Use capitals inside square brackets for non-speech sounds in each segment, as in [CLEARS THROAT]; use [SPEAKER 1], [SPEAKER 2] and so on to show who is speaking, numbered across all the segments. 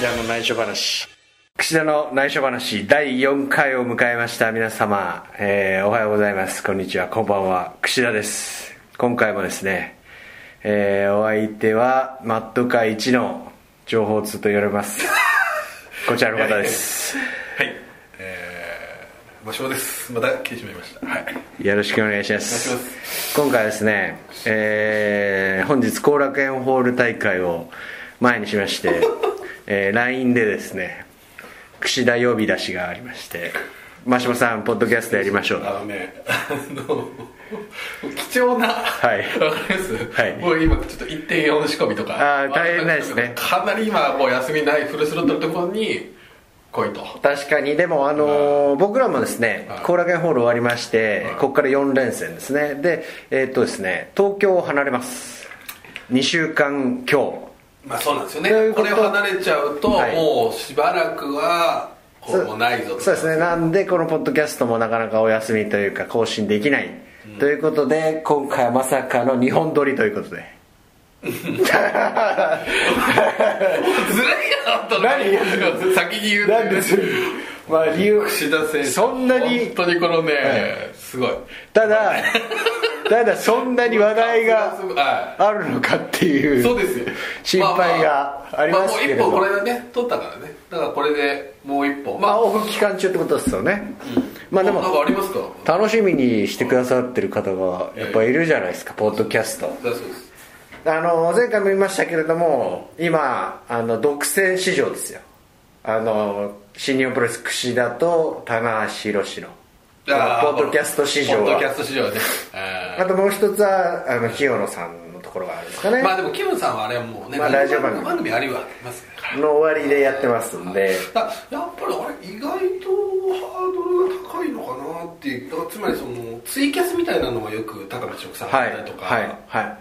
[SPEAKER 1] 田の内緒話串田の内緒話第4回を迎えました皆様、えーおはようございますこんにちはこんばんは串田です今回もですね、えーお相手はマット界一の情報通と言われますこちらの方です
[SPEAKER 2] はい、えー、場所です。また来てしまいました。はい。
[SPEAKER 1] よろしくお願いします
[SPEAKER 2] お願いし
[SPEAKER 1] 今回はですね、えー本日後楽園ホール大会を前にしまして、 [LAUGHS] えー LINE でですね串田呼び出しがありまして「真島さんポッドキャストやりましょう」
[SPEAKER 2] あのね、あの、貴重な、はいわかります
[SPEAKER 1] はい
[SPEAKER 2] もう今ちょっと1.4仕込みとか。
[SPEAKER 1] あー大変ですね
[SPEAKER 2] かなり今もう休みないフルスロットルのところに来いと。
[SPEAKER 1] 確かにでも、あのー僕らもですね
[SPEAKER 2] はい
[SPEAKER 1] 後楽園ホール終わりまして、
[SPEAKER 2] はい
[SPEAKER 1] ここから4連戦ですねでえーっとですね東京を離れます2週間強
[SPEAKER 2] まあそうなんですよ
[SPEAKER 1] という
[SPEAKER 2] ね。
[SPEAKER 1] こ
[SPEAKER 2] ことれを離れちゃうと、
[SPEAKER 1] はい
[SPEAKER 2] もうしばらくは、こ
[SPEAKER 1] そうう
[SPEAKER 2] もうないぞと
[SPEAKER 1] そうですねなんでこのポッドキャストもなかなかお休みというか更新できない、ということで今回はまさかの2本撮りということで
[SPEAKER 2] ずるいなと
[SPEAKER 1] 何
[SPEAKER 2] 先に言うと
[SPEAKER 1] まあ理由
[SPEAKER 2] 串田選手
[SPEAKER 1] そんなに
[SPEAKER 2] 本当にこのね、
[SPEAKER 1] は
[SPEAKER 2] すごい
[SPEAKER 1] ただただそんなに話題が
[SPEAKER 2] は
[SPEAKER 1] あるのかっていう
[SPEAKER 2] そうですよ
[SPEAKER 1] 心配がありますけれど
[SPEAKER 2] まあまあもう一本これでね取ったからねだからこれでもう一本
[SPEAKER 1] ま
[SPEAKER 2] ま
[SPEAKER 1] あ
[SPEAKER 2] あ
[SPEAKER 1] オフ期間中ってことですよね、まあで
[SPEAKER 2] なんか
[SPEAKER 1] も
[SPEAKER 2] ありますか
[SPEAKER 1] 楽しみにしてくださってる方がやっぱいるじゃないですか、ポッドキャスト
[SPEAKER 2] だそうです
[SPEAKER 1] あの前回も言いましたけれども今あの独占市場ですよあの新日本プロレス櫛田と棚橋宏の
[SPEAKER 2] あ
[SPEAKER 1] ポッドキャスト市場
[SPEAKER 2] ポッドキャ
[SPEAKER 1] は
[SPEAKER 2] スト市場ね
[SPEAKER 1] あともう一つはあの清野さんのところがあるんですか
[SPEAKER 2] う
[SPEAKER 1] ね、
[SPEAKER 2] んまあでもキムさんはあれはもうね、
[SPEAKER 1] まあラジオ番組
[SPEAKER 2] 番組ありはありますから
[SPEAKER 1] の終わりでやってますんで
[SPEAKER 2] だやっぱりあれ意外とハードルが高いのかなっていうだからつまりそのツイキャスみたいなのはよく高橋直さんだ
[SPEAKER 1] は
[SPEAKER 2] っ
[SPEAKER 1] い
[SPEAKER 2] たりとか、
[SPEAKER 1] はいはい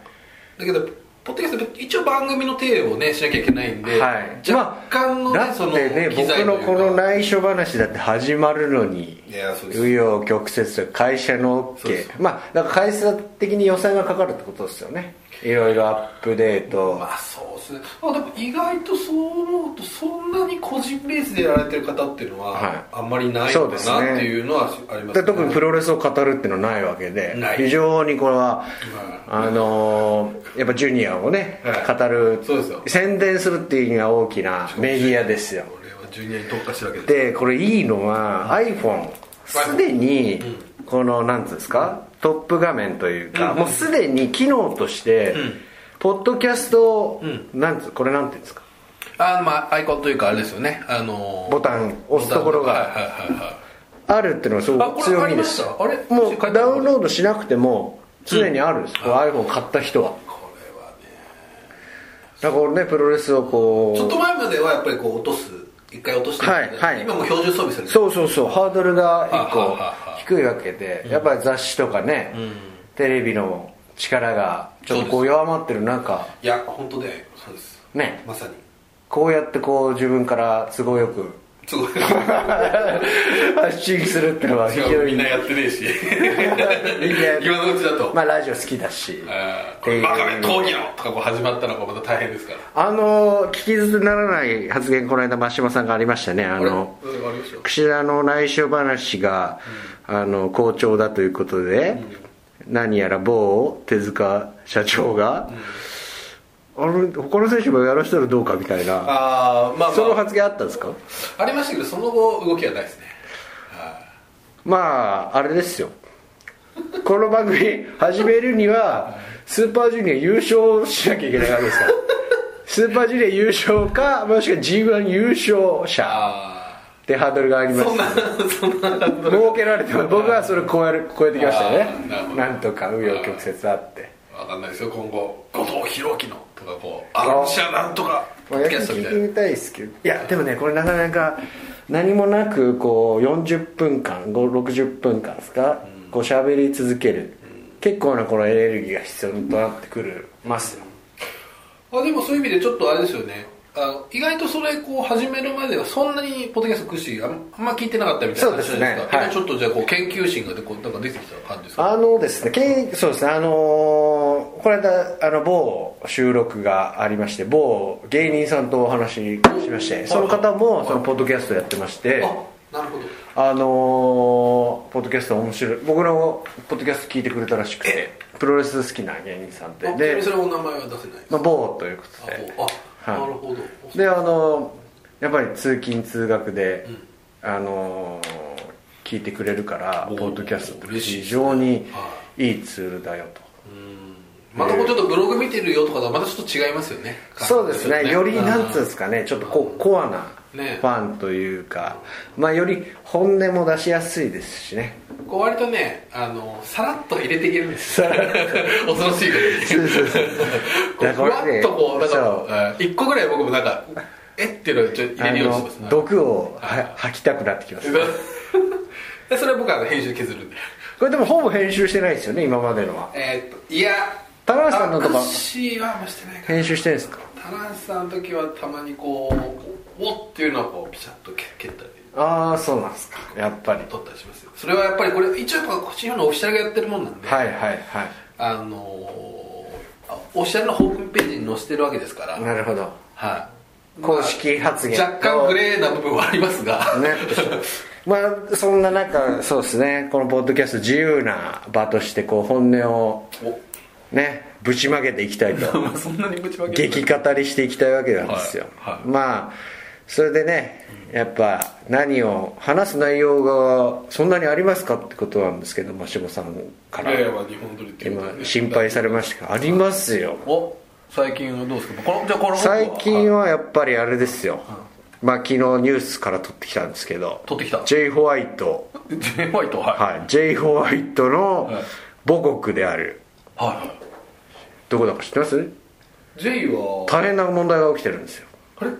[SPEAKER 2] だけどポッドキャスト一応番組の体をねしなきゃいけないんで、
[SPEAKER 1] はい
[SPEAKER 2] 若干のね、
[SPEAKER 1] まあだ
[SPEAKER 2] そ
[SPEAKER 1] っ
[SPEAKER 2] の
[SPEAKER 1] てね
[SPEAKER 2] 機材
[SPEAKER 1] 僕の
[SPEAKER 2] というか
[SPEAKER 1] この内緒話だって始まるのに
[SPEAKER 2] いやそうです
[SPEAKER 1] 紆余曲折というか会社の
[SPEAKER 2] そうです
[SPEAKER 1] OK まあだから会社的に予算がかかるってことですよねいろいろアップデート、
[SPEAKER 2] まあそうですねあでも意外とそう思うとそんなに個人ベースでやられてる方っていうのは、
[SPEAKER 1] はい
[SPEAKER 2] あんまりない
[SPEAKER 1] そ
[SPEAKER 2] の
[SPEAKER 1] うです
[SPEAKER 2] か
[SPEAKER 1] ね
[SPEAKER 2] なっていうのはありますね
[SPEAKER 1] で特にプロレスを語るっていうのはないわけで
[SPEAKER 2] ない
[SPEAKER 1] 非常にこれは、
[SPEAKER 2] は
[SPEAKER 1] あのーやっぱジュニアをね、
[SPEAKER 2] はい
[SPEAKER 1] 語る
[SPEAKER 2] そうですよ
[SPEAKER 1] 宣伝するっていう意味が大きなメディアですよ
[SPEAKER 2] これはジュニアに特化してるわけです
[SPEAKER 1] でこれいいのは iPhone すでにこのなんつうんですかトップ画面というかもうすでに機能としてポッドキャストをなんつうこれなんていうんですか
[SPEAKER 2] あまあアイコンというかあれですよねあのー
[SPEAKER 1] ボタン押すところ
[SPEAKER 2] ボタン
[SPEAKER 1] が
[SPEAKER 2] はいはいはいはい
[SPEAKER 1] あるっていうのがす
[SPEAKER 2] あ
[SPEAKER 1] ご
[SPEAKER 2] こ
[SPEAKER 1] く
[SPEAKER 2] れ
[SPEAKER 1] 強みです
[SPEAKER 2] ありましたあれ
[SPEAKER 1] も
[SPEAKER 2] 書いてあ
[SPEAKER 1] う
[SPEAKER 2] る
[SPEAKER 1] ダウンロードしなくても常にあるんです、こう iPhone 買った人は
[SPEAKER 2] これはね
[SPEAKER 1] だからこれねプロレスをこ
[SPEAKER 2] ちょっと
[SPEAKER 1] う
[SPEAKER 2] 前まではやっぱりこう落とす一回落としてるんで
[SPEAKER 1] はいはい
[SPEAKER 2] 今もう標準装備する
[SPEAKER 1] そうそうそうハードルが一
[SPEAKER 2] はあ
[SPEAKER 1] 個
[SPEAKER 2] はあはあ
[SPEAKER 1] 低いわけでやっぱり雑誌とかね、テレビの力がちょっとこ
[SPEAKER 2] そう
[SPEAKER 1] う
[SPEAKER 2] で
[SPEAKER 1] 弱まってる中
[SPEAKER 2] いや本当ねそうです
[SPEAKER 1] ね
[SPEAKER 2] まさに
[SPEAKER 1] こうやってこう自分から都合よく [LAUGHS]
[SPEAKER 2] すごい
[SPEAKER 1] 発信するってのは非常に
[SPEAKER 2] みんなやってねえし
[SPEAKER 1] みんなやって
[SPEAKER 2] 今のうちだと、
[SPEAKER 1] まあラジオ好きだし
[SPEAKER 2] あーこれバカめ闘技のとかこう始まったのがまた大変ですから
[SPEAKER 1] あの聞き捨てならない発言この間真島さんがありましたねあ
[SPEAKER 2] これ
[SPEAKER 1] の
[SPEAKER 2] うんありましたよ
[SPEAKER 1] 櫛田の内緒話が、あの好調だということで、何やら某手塚社長が、あれ他の選手もやらせたらどうかみたいな
[SPEAKER 2] あーまあ、
[SPEAKER 1] その
[SPEAKER 2] ま
[SPEAKER 1] 発言あったんですか
[SPEAKER 2] あ、ありましたけどその後動きはないですね
[SPEAKER 1] まああれですよこの番組始めるにはスーパージュニア優勝しなきゃいけないわけですからスーパージュニア優勝かもしくは g 1優勝者
[SPEAKER 2] あ
[SPEAKER 1] ってハードルがあります
[SPEAKER 2] あそんなそんな
[SPEAKER 1] 儲けられても僕はそれを超える超えてきましたよ
[SPEAKER 2] あーなるほ
[SPEAKER 1] ね
[SPEAKER 2] ど
[SPEAKER 1] なんとか紆余曲折あって
[SPEAKER 2] わかんないですよ今後後藤弘樹のとかこうあのシャなんとかポ
[SPEAKER 1] ま
[SPEAKER 2] ッ
[SPEAKER 1] あ
[SPEAKER 2] ド
[SPEAKER 1] 野
[SPEAKER 2] キャス
[SPEAKER 1] 球
[SPEAKER 2] トみたい
[SPEAKER 1] 聞いてみたいですけどいやでもねこれなかなか何もなくこう40分間5 60分間ですか、こう喋り続ける、結構なこのエネルギーが必要となってくるますよ
[SPEAKER 2] なあでもそういう意味でちょっとあれですよねあの意外とそれこう始めるまではそんなにポッドキャストくしあんあんま聞いてなかったみたいな話じゃないですか
[SPEAKER 1] そうですねはい
[SPEAKER 2] 今ちょっとじゃあこう研究心がでこうなんか出てきた感じですか
[SPEAKER 1] あのですね、けんそうですね、あのーこの間、あの、某収録がありまして、某芸人さんとお話ししまして、その方も、その、ポッドキャストやってまして、
[SPEAKER 2] あなるほど
[SPEAKER 1] あのーポッドキャスト面白い、僕のポッドキャスト聞いてくれたらしくて、プロレス好きな芸人さん
[SPEAKER 2] あちな
[SPEAKER 1] で、
[SPEAKER 2] みに
[SPEAKER 1] で
[SPEAKER 2] そ、れお名前は出せない
[SPEAKER 1] まあ、某ということで、
[SPEAKER 2] あこうあ、
[SPEAKER 1] はい
[SPEAKER 2] なるほど
[SPEAKER 1] であのやっぱり通勤通学で、あの聞いてくれるから
[SPEAKER 2] おー
[SPEAKER 1] ポッドキャストって
[SPEAKER 2] 嬉しい
[SPEAKER 1] 非常に
[SPEAKER 2] はい
[SPEAKER 1] いツールだよと
[SPEAKER 2] うんまたこうちょっとブログ見てるよとかとはまたちょっと違いますよね
[SPEAKER 1] そうですねよりなんつうんです
[SPEAKER 2] か
[SPEAKER 1] かねちょっとこうコアな
[SPEAKER 2] ね
[SPEAKER 1] ファンというか、まあより本音も出しやすいですしね
[SPEAKER 2] こう割とねあのさらっと入れていけるんです
[SPEAKER 1] さら
[SPEAKER 2] 恐ろしいけど
[SPEAKER 1] [LAUGHS]
[SPEAKER 2] ね
[SPEAKER 1] そうそう
[SPEAKER 2] こうふわっとこうなん
[SPEAKER 1] そう
[SPEAKER 2] か一個ぐらい僕もなんかえっていうのをちょっと入
[SPEAKER 1] あ
[SPEAKER 2] れるようにしてます
[SPEAKER 1] の毒をは吐きたくなってきます
[SPEAKER 2] [LAUGHS] でそれは僕は編集削るんで
[SPEAKER 1] これでもほぼ編集してないですよね今までのは
[SPEAKER 2] えーっといや
[SPEAKER 1] 高橋さんのとか
[SPEAKER 2] タクシーはあんましてないかな
[SPEAKER 1] 編集してるんですか
[SPEAKER 2] 田橋さんの時はたまにこうおおっていうのはこうピシャッと蹴蹴ったり
[SPEAKER 1] ああそうなんですかやっぱり
[SPEAKER 2] 撮ったりしますよそれはやっぱりこれ一応やっぱこっちの方のオフィシャルがやってるもんなんで、
[SPEAKER 1] はいはいはい
[SPEAKER 2] あのーあオフィシャルのホームページに載せてるわけですから、
[SPEAKER 1] なるほど
[SPEAKER 2] はい
[SPEAKER 1] 公式発言
[SPEAKER 2] まあ若干グレーな部分はありますが、
[SPEAKER 1] ね [LAUGHS]
[SPEAKER 2] [LAUGHS]
[SPEAKER 1] まあそんな中そうですねこのポッドキャスト自由な場としてこう本音をねぶちまけていきたいと [LAUGHS]
[SPEAKER 2] おまあそんなにぶちまけてない
[SPEAKER 1] 激語りしていきたいわけなんですよ、
[SPEAKER 2] はいはい
[SPEAKER 1] まあそれでねやっぱ何を話す内容がそんなにありますかってことなんですけども下さんから
[SPEAKER 2] いやいやまあ日本撮りっていうことはね
[SPEAKER 1] 今心配されましたがありますよ
[SPEAKER 2] お最近はどうですかこのじゃあこの僕は
[SPEAKER 1] 最近は
[SPEAKER 2] はい
[SPEAKER 1] やっぱりあれですよ、まあ、昨日ニュースから取ってきたんですけど
[SPEAKER 2] 撮ってきた
[SPEAKER 1] J ホワイト、
[SPEAKER 2] J ホワイトはい
[SPEAKER 1] はい、J ホワイトの
[SPEAKER 2] はい
[SPEAKER 1] 母国である
[SPEAKER 2] はいは
[SPEAKER 1] どこだか知ってます
[SPEAKER 2] J は
[SPEAKER 1] 大変な問題が起きてるんですよ
[SPEAKER 2] あれ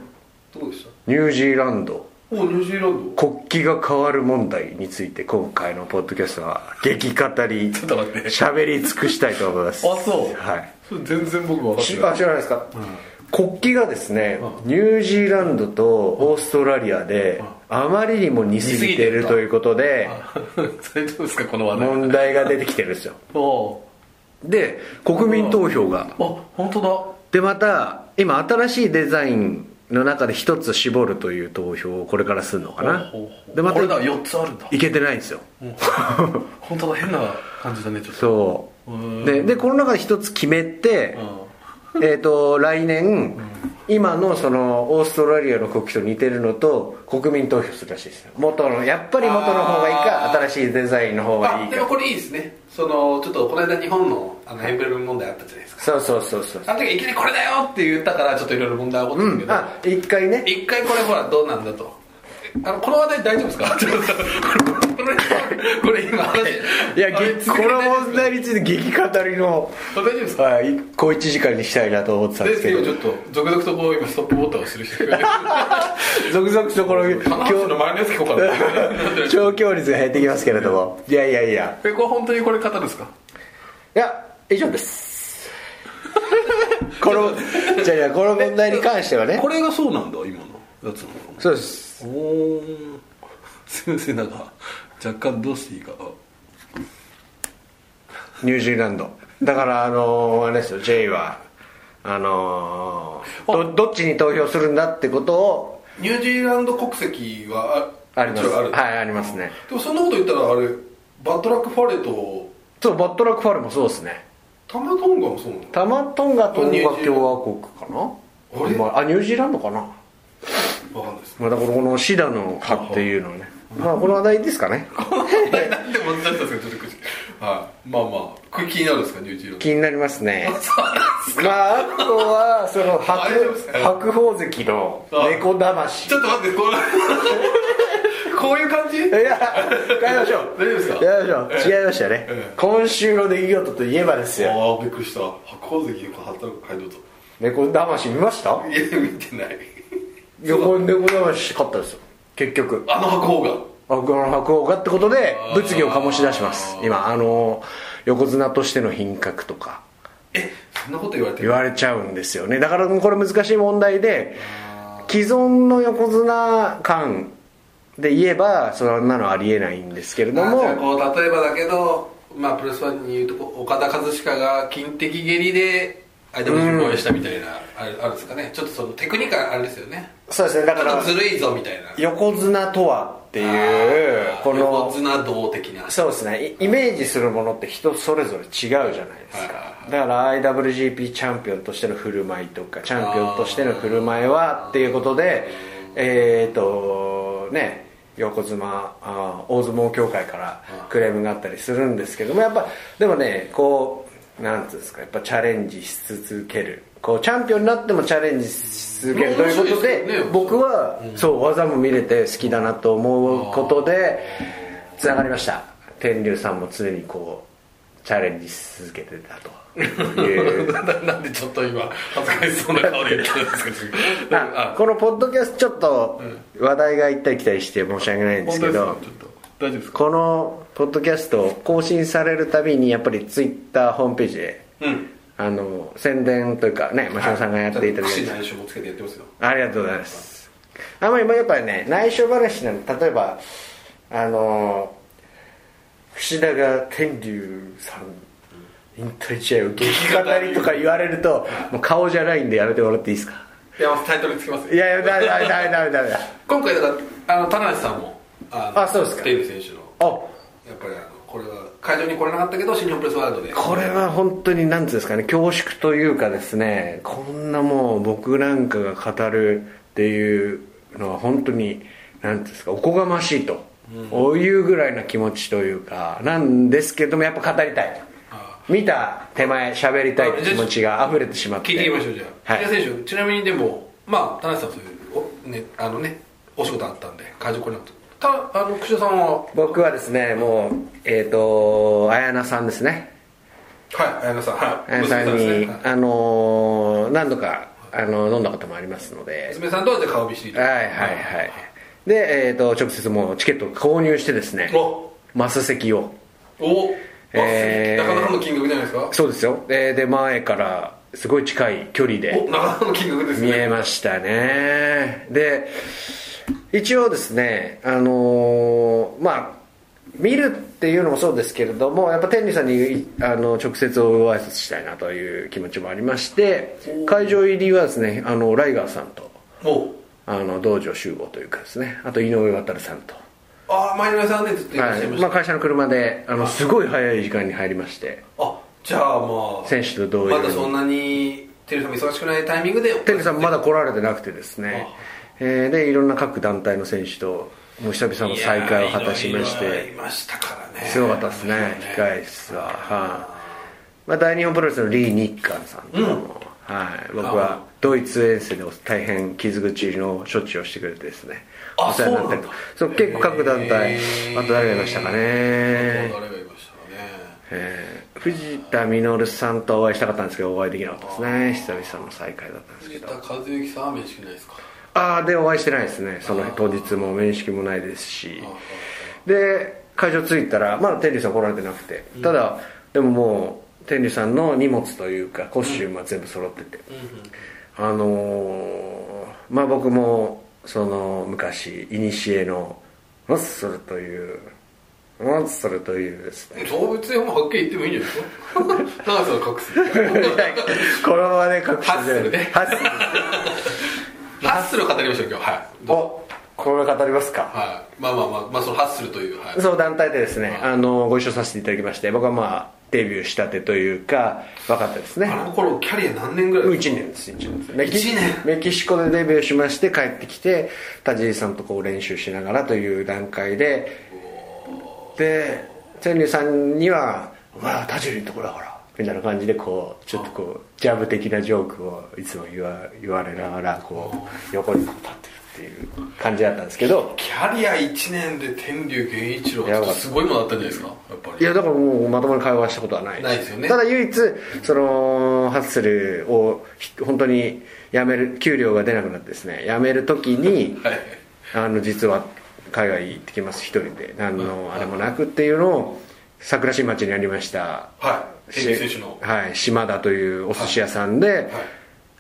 [SPEAKER 2] どうでした
[SPEAKER 1] ニュージーランド
[SPEAKER 2] おニュージーランド
[SPEAKER 1] 国旗が変わる問題について今回のポッドキャストは激語り
[SPEAKER 2] [LAUGHS] ちょっと待って
[SPEAKER 1] 喋り尽くしたいと思います
[SPEAKER 2] あそう
[SPEAKER 1] はい
[SPEAKER 2] それ全然僕分かって
[SPEAKER 1] し
[SPEAKER 2] ない
[SPEAKER 1] あ知らないですか、国旗がですね、ニュージーランドとオーストラリアで、あまりにも似すぎて
[SPEAKER 2] 似すぎてる
[SPEAKER 1] る
[SPEAKER 2] と
[SPEAKER 1] ということで、
[SPEAKER 2] 大丈夫ですかこの話題
[SPEAKER 1] 問題が出てきてるんですよ
[SPEAKER 2] お
[SPEAKER 1] で国民投票が
[SPEAKER 2] あ本当だ
[SPEAKER 1] でまた今新しいデザインの中で一つ絞るという投票をこれからするのかな
[SPEAKER 2] ほうほう
[SPEAKER 1] でまた
[SPEAKER 2] これだ4つあるんだ
[SPEAKER 1] いけてないんですよ
[SPEAKER 2] 本当だ変な感じだねちょっと
[SPEAKER 1] そううんででこの中で一つ決めて
[SPEAKER 2] ん
[SPEAKER 1] えっと来年今のそのオーストラリアの国旗と似てるのと国民投票するらしいですよ元のやっぱり元の方がいいか
[SPEAKER 2] あー
[SPEAKER 1] 新しいデザインの方がい
[SPEAKER 2] あ
[SPEAKER 1] い
[SPEAKER 2] でも
[SPEAKER 1] か
[SPEAKER 2] これいいですねそのちょっとこの間日本のあのエンブレム問題あったじゃないですか
[SPEAKER 1] そうそうそうそう
[SPEAKER 2] あの時いきなりこれだよって言ったからちょっといろいろ問題起こってるけど、
[SPEAKER 1] あ一回ね
[SPEAKER 2] 一回これほらどうなんだとあのこの話題大丈夫です [LAUGHS] かちょっとこれこれ今話
[SPEAKER 1] いや
[SPEAKER 2] あ
[SPEAKER 1] げ
[SPEAKER 2] 続
[SPEAKER 1] こ
[SPEAKER 2] けて
[SPEAKER 1] の
[SPEAKER 2] 大丈夫
[SPEAKER 1] 問題について激語りの
[SPEAKER 2] 大丈夫ですか
[SPEAKER 1] はい小1時間にしたいなと思ってたんで
[SPEAKER 2] ですすけ
[SPEAKER 1] け
[SPEAKER 2] ど
[SPEAKER 1] ど
[SPEAKER 2] ちょっと続々とこう今ストップボタンを押してる人がいる
[SPEAKER 1] 続々とこの
[SPEAKER 2] 話
[SPEAKER 1] 強
[SPEAKER 2] の周りのやつ聞こうかな
[SPEAKER 1] [LAUGHS]
[SPEAKER 2] なんで
[SPEAKER 1] 調教率が減ってきますけれどもいやいやいや
[SPEAKER 2] えこれ本当にこれ方ですか
[SPEAKER 1] いや以上です [LAUGHS] このじゃあじゃあこの問題に関してはね
[SPEAKER 2] これがそうなんだ今のやつな
[SPEAKER 1] そうです
[SPEAKER 2] のおーすいませんなんか若干どうしていいか
[SPEAKER 1] ニュージーランドだからあのーあれですよ J はあのーどどっちに投票するんだってことを
[SPEAKER 2] ニュージーランド国籍は
[SPEAKER 1] あります
[SPEAKER 2] 一応
[SPEAKER 1] はいありますね
[SPEAKER 2] でもそんなこと言ったらあれバッドラック・ファレと
[SPEAKER 1] そうバットラックファルもそうですね
[SPEAKER 2] タマトンガもそうなの
[SPEAKER 1] タマトンガトンガ共和国かな
[SPEAKER 2] あれ
[SPEAKER 1] まああニュージーランドかな
[SPEAKER 2] わかんないです
[SPEAKER 1] まあだからこのシダの葉っていうのはねまあこの話題ですかね
[SPEAKER 2] なんで問題だったんですかちょっと口はいまあまあこれ気になるんですかニュージーラン
[SPEAKER 1] 気になりますね
[SPEAKER 2] ドそうなんです
[SPEAKER 1] まああとはその
[SPEAKER 2] あ大丈夫ですか
[SPEAKER 1] 白白鵬関の猫魂
[SPEAKER 2] ちょっと待ってこう [LAUGHS] こういう感じ
[SPEAKER 1] いや変えましょう
[SPEAKER 2] 大丈夫ですか
[SPEAKER 1] 変えましょう
[SPEAKER 2] ええ
[SPEAKER 1] 違いましたね
[SPEAKER 2] ええ
[SPEAKER 1] 今週の出来事といえばですよ
[SPEAKER 2] ああびっくりした白鵬関よく働く街道と
[SPEAKER 1] 猫魂見ました
[SPEAKER 2] いや見てない
[SPEAKER 1] 横に猫魂勝ったんですよ結局
[SPEAKER 2] あの白鵬が
[SPEAKER 1] あこの白鵬がってことで物議を醸し出します今あの横綱としての品格とか
[SPEAKER 2] えそんなこと言われて
[SPEAKER 1] 言
[SPEAKER 2] る
[SPEAKER 1] われちゃうんですよねだからこれ難しい問題で既存の横綱感で言えばそんなのありえないんですけれど
[SPEAKER 2] あじゃあ
[SPEAKER 1] も
[SPEAKER 2] こう例えばだけど、まあ、プロレスファンに言うとこう岡田和親が金的蹴りで相手を防衛したみたいな、あれあるんですかねちょっとそのテクニカルあれですよね
[SPEAKER 1] そうですねだ
[SPEAKER 2] ち
[SPEAKER 1] か
[SPEAKER 2] ょっ
[SPEAKER 1] ら
[SPEAKER 2] とずるいぞみたいな
[SPEAKER 1] 横綱とはっていう
[SPEAKER 2] あー
[SPEAKER 1] こ
[SPEAKER 2] 横
[SPEAKER 1] の
[SPEAKER 2] 綱道的
[SPEAKER 1] [LAUGHS]
[SPEAKER 2] な
[SPEAKER 1] そうですねイイメージするものって人それぞれ違うじゃないですかだから IWGP チャンピオンとしての振る舞いとかチャンピオンとしての振る舞いはっていうことでえっ、とね横綱あー大相撲協会からクレームがあったりするんですけどもやっぱでもねこうなんつうんですかやっぱチャレンジし続けるこうチャンピオンになってもチャレンジし続けるということで
[SPEAKER 2] 面白いですよね
[SPEAKER 1] 僕は、そう技も見れて好きだなと思うことでつながりました天竜さんも常にこうチャレンジし続けてたと
[SPEAKER 2] [LAUGHS]
[SPEAKER 1] いう
[SPEAKER 2] ななんでちょっと今恥ずかしそうな顔で言ったんですか
[SPEAKER 1] [LAUGHS] あこのポッドキャストちょっと話題が行ったり来たりして申し訳ないんですけど
[SPEAKER 2] 本当ですかちょっと大丈夫ですか
[SPEAKER 1] このポッドキャスト更新されるたびにやっぱりツイッターホームページで
[SPEAKER 2] うん
[SPEAKER 1] あの宣伝というかね真島さんがやっていただいて
[SPEAKER 2] はいちょっと櫛内緒もつけてやってますよ
[SPEAKER 1] ありがとうございますあんまりやっぱりね内緒話なの例えばあの櫛田が天竜さん引退試合を激語りとか言われるともう顔じゃないんでやめてもらっていいですか
[SPEAKER 2] いやタイトルつけます
[SPEAKER 1] いやいやダメダメダメダメダメだ
[SPEAKER 2] 今回だからあの田中さんもあ
[SPEAKER 1] あそうですか
[SPEAKER 2] テイル選手の
[SPEAKER 1] あ
[SPEAKER 2] やっぱりあのこれは会場に来れなかったけど新日本プロレスワールドで
[SPEAKER 1] これは本当に何ていうんですかね恐縮というかですねこんなもう僕なんかが語るっていうのは本当に何ていうんですかおこがましいと、おいうぐらいな気持ちというかなんですけどもやっぱ語りたい
[SPEAKER 2] あ
[SPEAKER 1] 見た手前喋りたい気持ちが溢れてしまって
[SPEAKER 2] 聞いてみましょうじゃあ、
[SPEAKER 1] はい
[SPEAKER 2] 田中選手ちなみにでもまあ田中さんそういうお,、ね、あのねお仕事あったんで会場来れなかったたあの櫛田さんは
[SPEAKER 1] 僕はですねもうえっ、と綾菜さんですね
[SPEAKER 2] はい綾菜さんはい
[SPEAKER 1] 綾菜さんに
[SPEAKER 2] 娘さんですねはい
[SPEAKER 1] あのー何度かあの飲んだこともありますので
[SPEAKER 2] 娘さんとはじゃあ顔見知り
[SPEAKER 1] はいはいはいで、えー、と直接もうチケットを購入してですね
[SPEAKER 2] お
[SPEAKER 1] マス席を
[SPEAKER 2] おお、
[SPEAKER 1] えー
[SPEAKER 2] なかなかの金額じゃないですか
[SPEAKER 1] そうですよでで前からすごい近い距離
[SPEAKER 2] お
[SPEAKER 1] で
[SPEAKER 2] なかなかの金額ですね
[SPEAKER 1] 見えましたねで一応ですねあのーまあ見るっていうのもそうですけれどもやっぱ天理さんにいあの直接ご挨拶したいなという気持ちもありまして会場入りはですねあのライガーさんと
[SPEAKER 2] おう
[SPEAKER 1] あの道場集合というかですねあと井上渉さんと
[SPEAKER 2] ああ前のさんでずっといらっ
[SPEAKER 1] は
[SPEAKER 2] しゃ
[SPEAKER 1] い
[SPEAKER 2] いました、
[SPEAKER 1] まあ、会社の車であのすごい早い時間に入りまして
[SPEAKER 2] あじゃあまあ
[SPEAKER 1] 選手と同
[SPEAKER 2] ま
[SPEAKER 1] 様
[SPEAKER 2] だそん
[SPEAKER 1] に
[SPEAKER 2] なにテレビさんも忙しくないタイミングで
[SPEAKER 1] 天理さんまだ来られてなくてですね
[SPEAKER 2] あ、
[SPEAKER 1] えーでいろんな各団体の選手ともう久々の再会を果たしまし
[SPEAKER 2] いやいろいろい
[SPEAKER 1] て
[SPEAKER 2] ましたからね
[SPEAKER 1] すごかったですね控え室は、はい、まあ、大日本プロレスのリー・ニッカーさんとかも、はい、僕はドイツ遠征で大変傷口の処置をしてくれてですね
[SPEAKER 2] あ
[SPEAKER 1] お世話になったりとか
[SPEAKER 2] そ
[SPEAKER 1] そうう
[SPEAKER 2] なんだ
[SPEAKER 1] 結構各団体
[SPEAKER 2] へー
[SPEAKER 1] あと誰がいましたかね
[SPEAKER 2] 誰がいましたかね
[SPEAKER 1] えー藤田稔さんとお会いしたかったんですけどお会いできなかったですね久々の再会だったんですけ
[SPEAKER 2] 藤
[SPEAKER 1] ど
[SPEAKER 2] 田和幸さんは面識ないですか
[SPEAKER 1] ああでお会いしてないですねその当日も面識もないですしで会場着いたらまだ天理さん来られてなくてただでももう天理さんの荷物というかコスチュームは全部揃っててあのーまあ僕もその昔いにしえのモッスルというモッスルというですね
[SPEAKER 2] 動物園もはっきり言ってもいいんじゃないですか [LAUGHS] 長さを隠
[SPEAKER 1] [LAUGHS]
[SPEAKER 2] す
[SPEAKER 1] このままね隠して
[SPEAKER 2] ハッスルね
[SPEAKER 1] ハッスル
[SPEAKER 2] ハッスルを語りましょう今日はいどう
[SPEAKER 1] おこれ語りますか、
[SPEAKER 2] はいまあまあまあまあそのハッスルというはい
[SPEAKER 1] そう団体でですねあのご一緒させていただきまして僕はまあデビューしたてというか若手ですね
[SPEAKER 2] あの頃キャリア何年ぐらい
[SPEAKER 1] 1
[SPEAKER 2] ですか
[SPEAKER 1] 年です1年ですメキ
[SPEAKER 2] 一年
[SPEAKER 1] メキシコでデビューしまして帰ってきて田尻さんとこう練習しながらという段階でで千里さんには「お前は田尻のとこだから」みたいな感じでこうちょっとこうジャブ的なジョークをいつも言わ言われながらこう横にこう立ってるっていう感じだったんですけど
[SPEAKER 2] キャリア1年で天竜源一郎
[SPEAKER 1] やば
[SPEAKER 2] は
[SPEAKER 1] かった
[SPEAKER 2] すごいものだったんじゃないですかやっぱ
[SPEAKER 1] い
[SPEAKER 2] り
[SPEAKER 1] やだからもうまともに会話したことはない
[SPEAKER 2] ないですよね
[SPEAKER 1] ただ唯一そのハッスルをひ本当に辞める給料が出なくなってですね辞める時に
[SPEAKER 2] はい
[SPEAKER 1] あの実は海外行ってきます一人で何のあれもなくっていうのを桜新町にありました
[SPEAKER 2] は平井選手の
[SPEAKER 1] はい、島田というお寿司屋さんで、
[SPEAKER 2] はい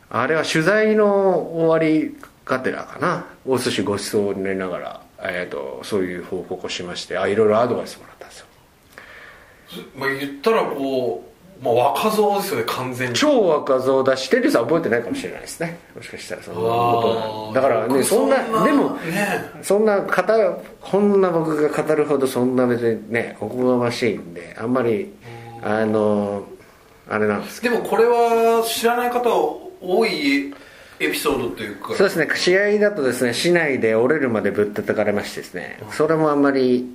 [SPEAKER 1] あれは取材の終わりがてらかなお寿司ごちそうになりながら、えー、とそういう報告をしましてあいろいろアドバイスもらったんですよ
[SPEAKER 2] まあ、言ったらこう、まあ、若造ですよね完全に
[SPEAKER 1] 超若造だしテリーさん覚えてないかもしれないですねもしかしたらそんなこ
[SPEAKER 2] あー
[SPEAKER 1] とがだから
[SPEAKER 2] よ
[SPEAKER 1] ね
[SPEAKER 2] く
[SPEAKER 1] そんなでも
[SPEAKER 2] ね
[SPEAKER 1] そんな語るこんな僕が語るほどそんな別にねおこがましいんであんまりあのあれなんですけ
[SPEAKER 2] でもこれは知らない方多いエピソードというか
[SPEAKER 1] どそうですね試合だとですね市内で折れるまでぶったたかれましてですねそれもあんまり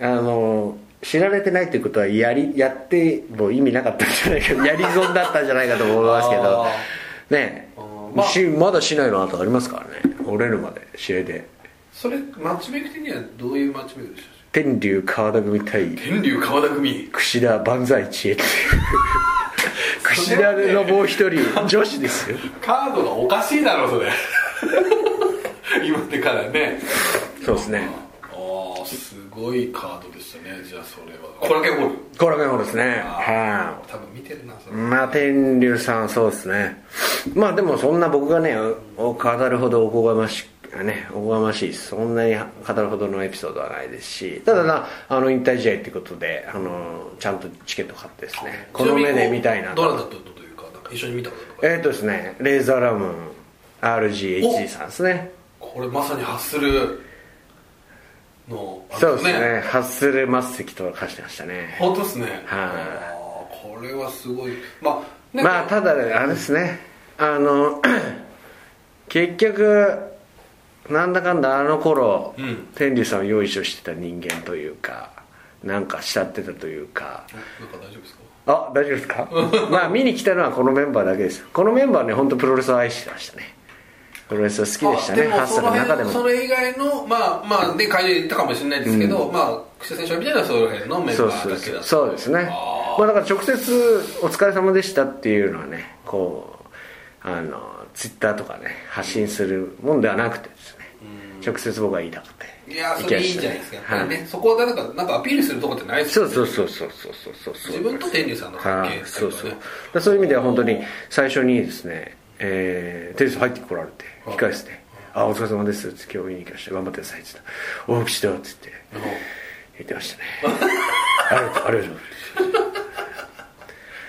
[SPEAKER 1] あの知られてないということはやりやっても意味なかったんじゃないかや [LAUGHS] り損だったんじゃないかと思いますけど
[SPEAKER 2] あ
[SPEAKER 1] ね
[SPEAKER 2] あー
[SPEAKER 1] ま
[SPEAKER 2] まあ
[SPEAKER 1] まだ市内の後ありますからね折れるまで試合で
[SPEAKER 2] それマッチメイク的にはどういうマッチメイクでした
[SPEAKER 1] 天竜川田組対
[SPEAKER 2] 天竜川田組
[SPEAKER 1] 櫛田万歳知恵っていう [LAUGHS] 櫛田のもう一人女子ですよ
[SPEAKER 2] カードがおかしいだろそれ [LAUGHS] 今でからね
[SPEAKER 1] そうですね
[SPEAKER 2] ああすごいカードでしたねじゃあそれはこれだけホール
[SPEAKER 1] これもですね
[SPEAKER 2] あ
[SPEAKER 1] は
[SPEAKER 2] 多分見てるなそ
[SPEAKER 1] い
[SPEAKER 2] れ、
[SPEAKER 1] まあ天竜さんそうですねまあでもそんな僕がねお語るほどおこがましいねおこがましいですそんなに語るほどのエピソードはないですしただなあの引退試合ってことであのちゃんとチケット買ってですねこの目で見たいなと
[SPEAKER 2] どなたとというかなんか一緒に見たこととか
[SPEAKER 1] えっ、ー、とですねレーザーラムーン RGHD さんですね
[SPEAKER 2] これまさにハッスルのあれ
[SPEAKER 1] そうですねハッスル末席と化してましたね
[SPEAKER 2] 本当ですね
[SPEAKER 1] は
[SPEAKER 2] あーこれはすごいまあね
[SPEAKER 1] まあただねあれですねあの [CLEARS THROAT] 結局なんだかんだあの頃、
[SPEAKER 2] うん
[SPEAKER 1] 天竜さんを用意書してた人間というかなんか慕ってたというか
[SPEAKER 2] なんか大丈夫ですか
[SPEAKER 1] あ大丈夫ですかまあ見に来たのはこのメンバーだけですこのメンバーはね本当プロレスを愛してましたねプロレスは好きでしたね
[SPEAKER 2] あ
[SPEAKER 1] ハッスルの中でも
[SPEAKER 2] その辺それ以外のまあまあで会場行ったかもしれないですけど、まあ櫛田選手みたいなその辺のメン
[SPEAKER 1] そう
[SPEAKER 2] バ
[SPEAKER 1] そう
[SPEAKER 2] ーだけ
[SPEAKER 1] そ
[SPEAKER 2] だ
[SPEAKER 1] うそうですね
[SPEAKER 2] あ
[SPEAKER 1] まあ、だから直接「お疲れ様でした」っていうのはねこうあのツイッターとかね発信するもんではなくてですね直接僕は言いたくて
[SPEAKER 2] ーいやそれいいじゃないですかやっぱりね、
[SPEAKER 1] はい
[SPEAKER 2] そこはなんかなんかアピールするとこってないです
[SPEAKER 1] そ
[SPEAKER 2] よ
[SPEAKER 1] う
[SPEAKER 2] ね
[SPEAKER 1] そうそうそうそうそうそうそう
[SPEAKER 2] 自分と天竜さんの関係
[SPEAKER 1] はい
[SPEAKER 2] です
[SPEAKER 1] そ
[SPEAKER 2] か
[SPEAKER 1] う
[SPEAKER 2] らね
[SPEAKER 1] そうだからそういう意味では本当に最初にですねえー天竜さん入ってこられて
[SPEAKER 2] はい
[SPEAKER 1] 控え室で「あお疲れ様です」って今日見に来ました頑張ってください」って言ったら「おお岸田」って言って言ってま
[SPEAKER 2] [LAUGHS]
[SPEAKER 1] したねありがとうありがとう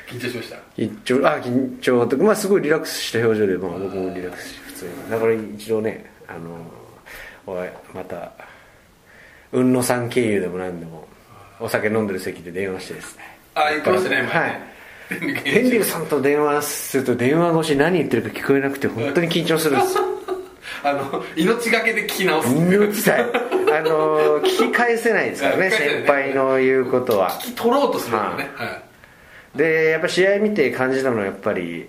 [SPEAKER 2] 緊張しました
[SPEAKER 1] 緊張あ緊張とかまあすごいリラックスした表情で、まあ、僕もリラックスして普通にだから一度ねあのおいまた雲野さん経由でも何でもお酒飲んでる席で電話してですね
[SPEAKER 2] あ言ってましたね
[SPEAKER 1] は
[SPEAKER 2] 前
[SPEAKER 1] い
[SPEAKER 2] ね
[SPEAKER 1] 天竜さんと電話すると電話越し何言ってるか聞こえなくて本当に緊張するん
[SPEAKER 2] [LAUGHS]
[SPEAKER 1] ですよ
[SPEAKER 2] [LAUGHS] あの命がけで聞き直す
[SPEAKER 1] 命さえあの聞き返せないですからね
[SPEAKER 2] [LAUGHS] 聞き返せない
[SPEAKER 1] 先輩の言うことは
[SPEAKER 2] 聞き取ろうとするのね、はい
[SPEAKER 1] でやっぱ試合見て感じたのはやっぱり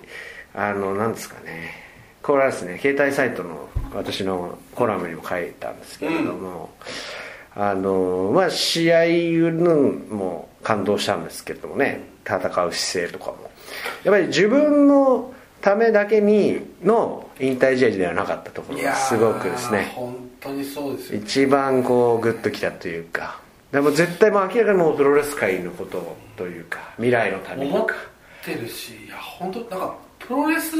[SPEAKER 1] あのなんですかねこれはですね携帯サイトの私のコラムにも書いたんですけれども、あのまあ試合云々も感動したんですけれどもね戦う姿勢とかもやっぱり自分のためだけにの引退試合ではなかったところ
[SPEAKER 2] いや
[SPEAKER 1] が
[SPEAKER 2] ー
[SPEAKER 1] すごくですね
[SPEAKER 2] 本当にそうですよ
[SPEAKER 1] 一番こうグッときたというかでも絶対もう明らかにもうプロレス界のことというか未来のために
[SPEAKER 2] 思ってるしいや本当なんかプロレス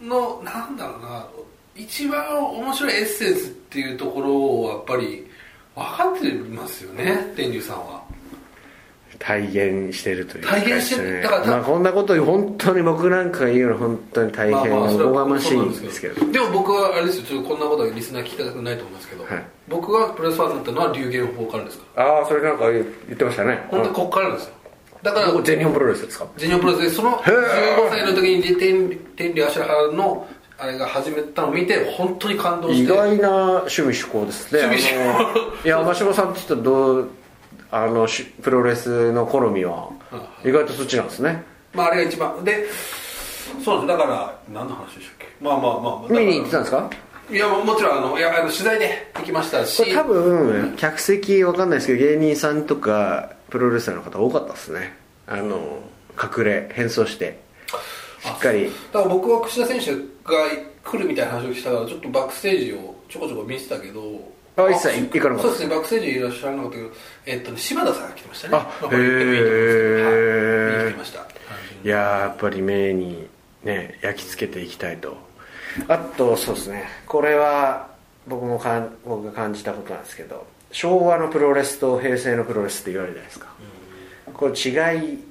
[SPEAKER 2] のなんだろうな一番面白いエッセンスっていうところをやっぱり分かってますよね天竜さんは
[SPEAKER 1] 体現してるという
[SPEAKER 2] 体現してる
[SPEAKER 1] ですね
[SPEAKER 2] だから
[SPEAKER 1] まあ、こんなことを本当に僕なんかが言うの本当に大変
[SPEAKER 2] まあまあ
[SPEAKER 1] お
[SPEAKER 2] それは
[SPEAKER 1] こがましいんですけど
[SPEAKER 2] でも僕はあれですよちょっとこんなことはリスナー聞きたくないと思いますけど、
[SPEAKER 1] はい
[SPEAKER 2] 僕がプロレスファンになったのは流言法からですか
[SPEAKER 1] ああそれなんか言ってましたね
[SPEAKER 2] ら本当にこっからですよだから
[SPEAKER 1] どこ全日本プロレスですか
[SPEAKER 2] ジェニオプロレスでその15歳の時に天天竜足原のあれが始めたのを見て本当に感動して
[SPEAKER 1] 意外な趣味趣向ですね
[SPEAKER 2] 趣味趣向
[SPEAKER 1] あのいや真島さんってちょっとどうあのしプロレスの好みは意外とそっちなんですね
[SPEAKER 2] まああれが一番でそうですだから何の話でしたっけまあまあまあまあ
[SPEAKER 1] 見に行ってたんですすか
[SPEAKER 2] いやもちろんあのいやあの取材で行きましたし
[SPEAKER 1] これ多分客席わかんないですけど芸人さんとかプロレスラーの方多かったですねあの隠れ変装してしっかり
[SPEAKER 2] だから僕は櫛田選手が来るみたいな話をしたからちょっとバックステージをちょこちょこ見せたけど
[SPEAKER 1] あ一切行かなかった
[SPEAKER 2] そうですねバックステージいらっしゃらなかったけどえっとね柴田さんが来てましたね
[SPEAKER 1] あ
[SPEAKER 2] まこれ言ってもいいと思うんですけどはい見に来てくれ
[SPEAKER 1] いやーやっぱり目にね焼き付けていきたいとあとそうですねこれは僕もかん僕が感じたことなんですけど昭和のプロレスと平成のプロレスって言われるじゃないですか、この違い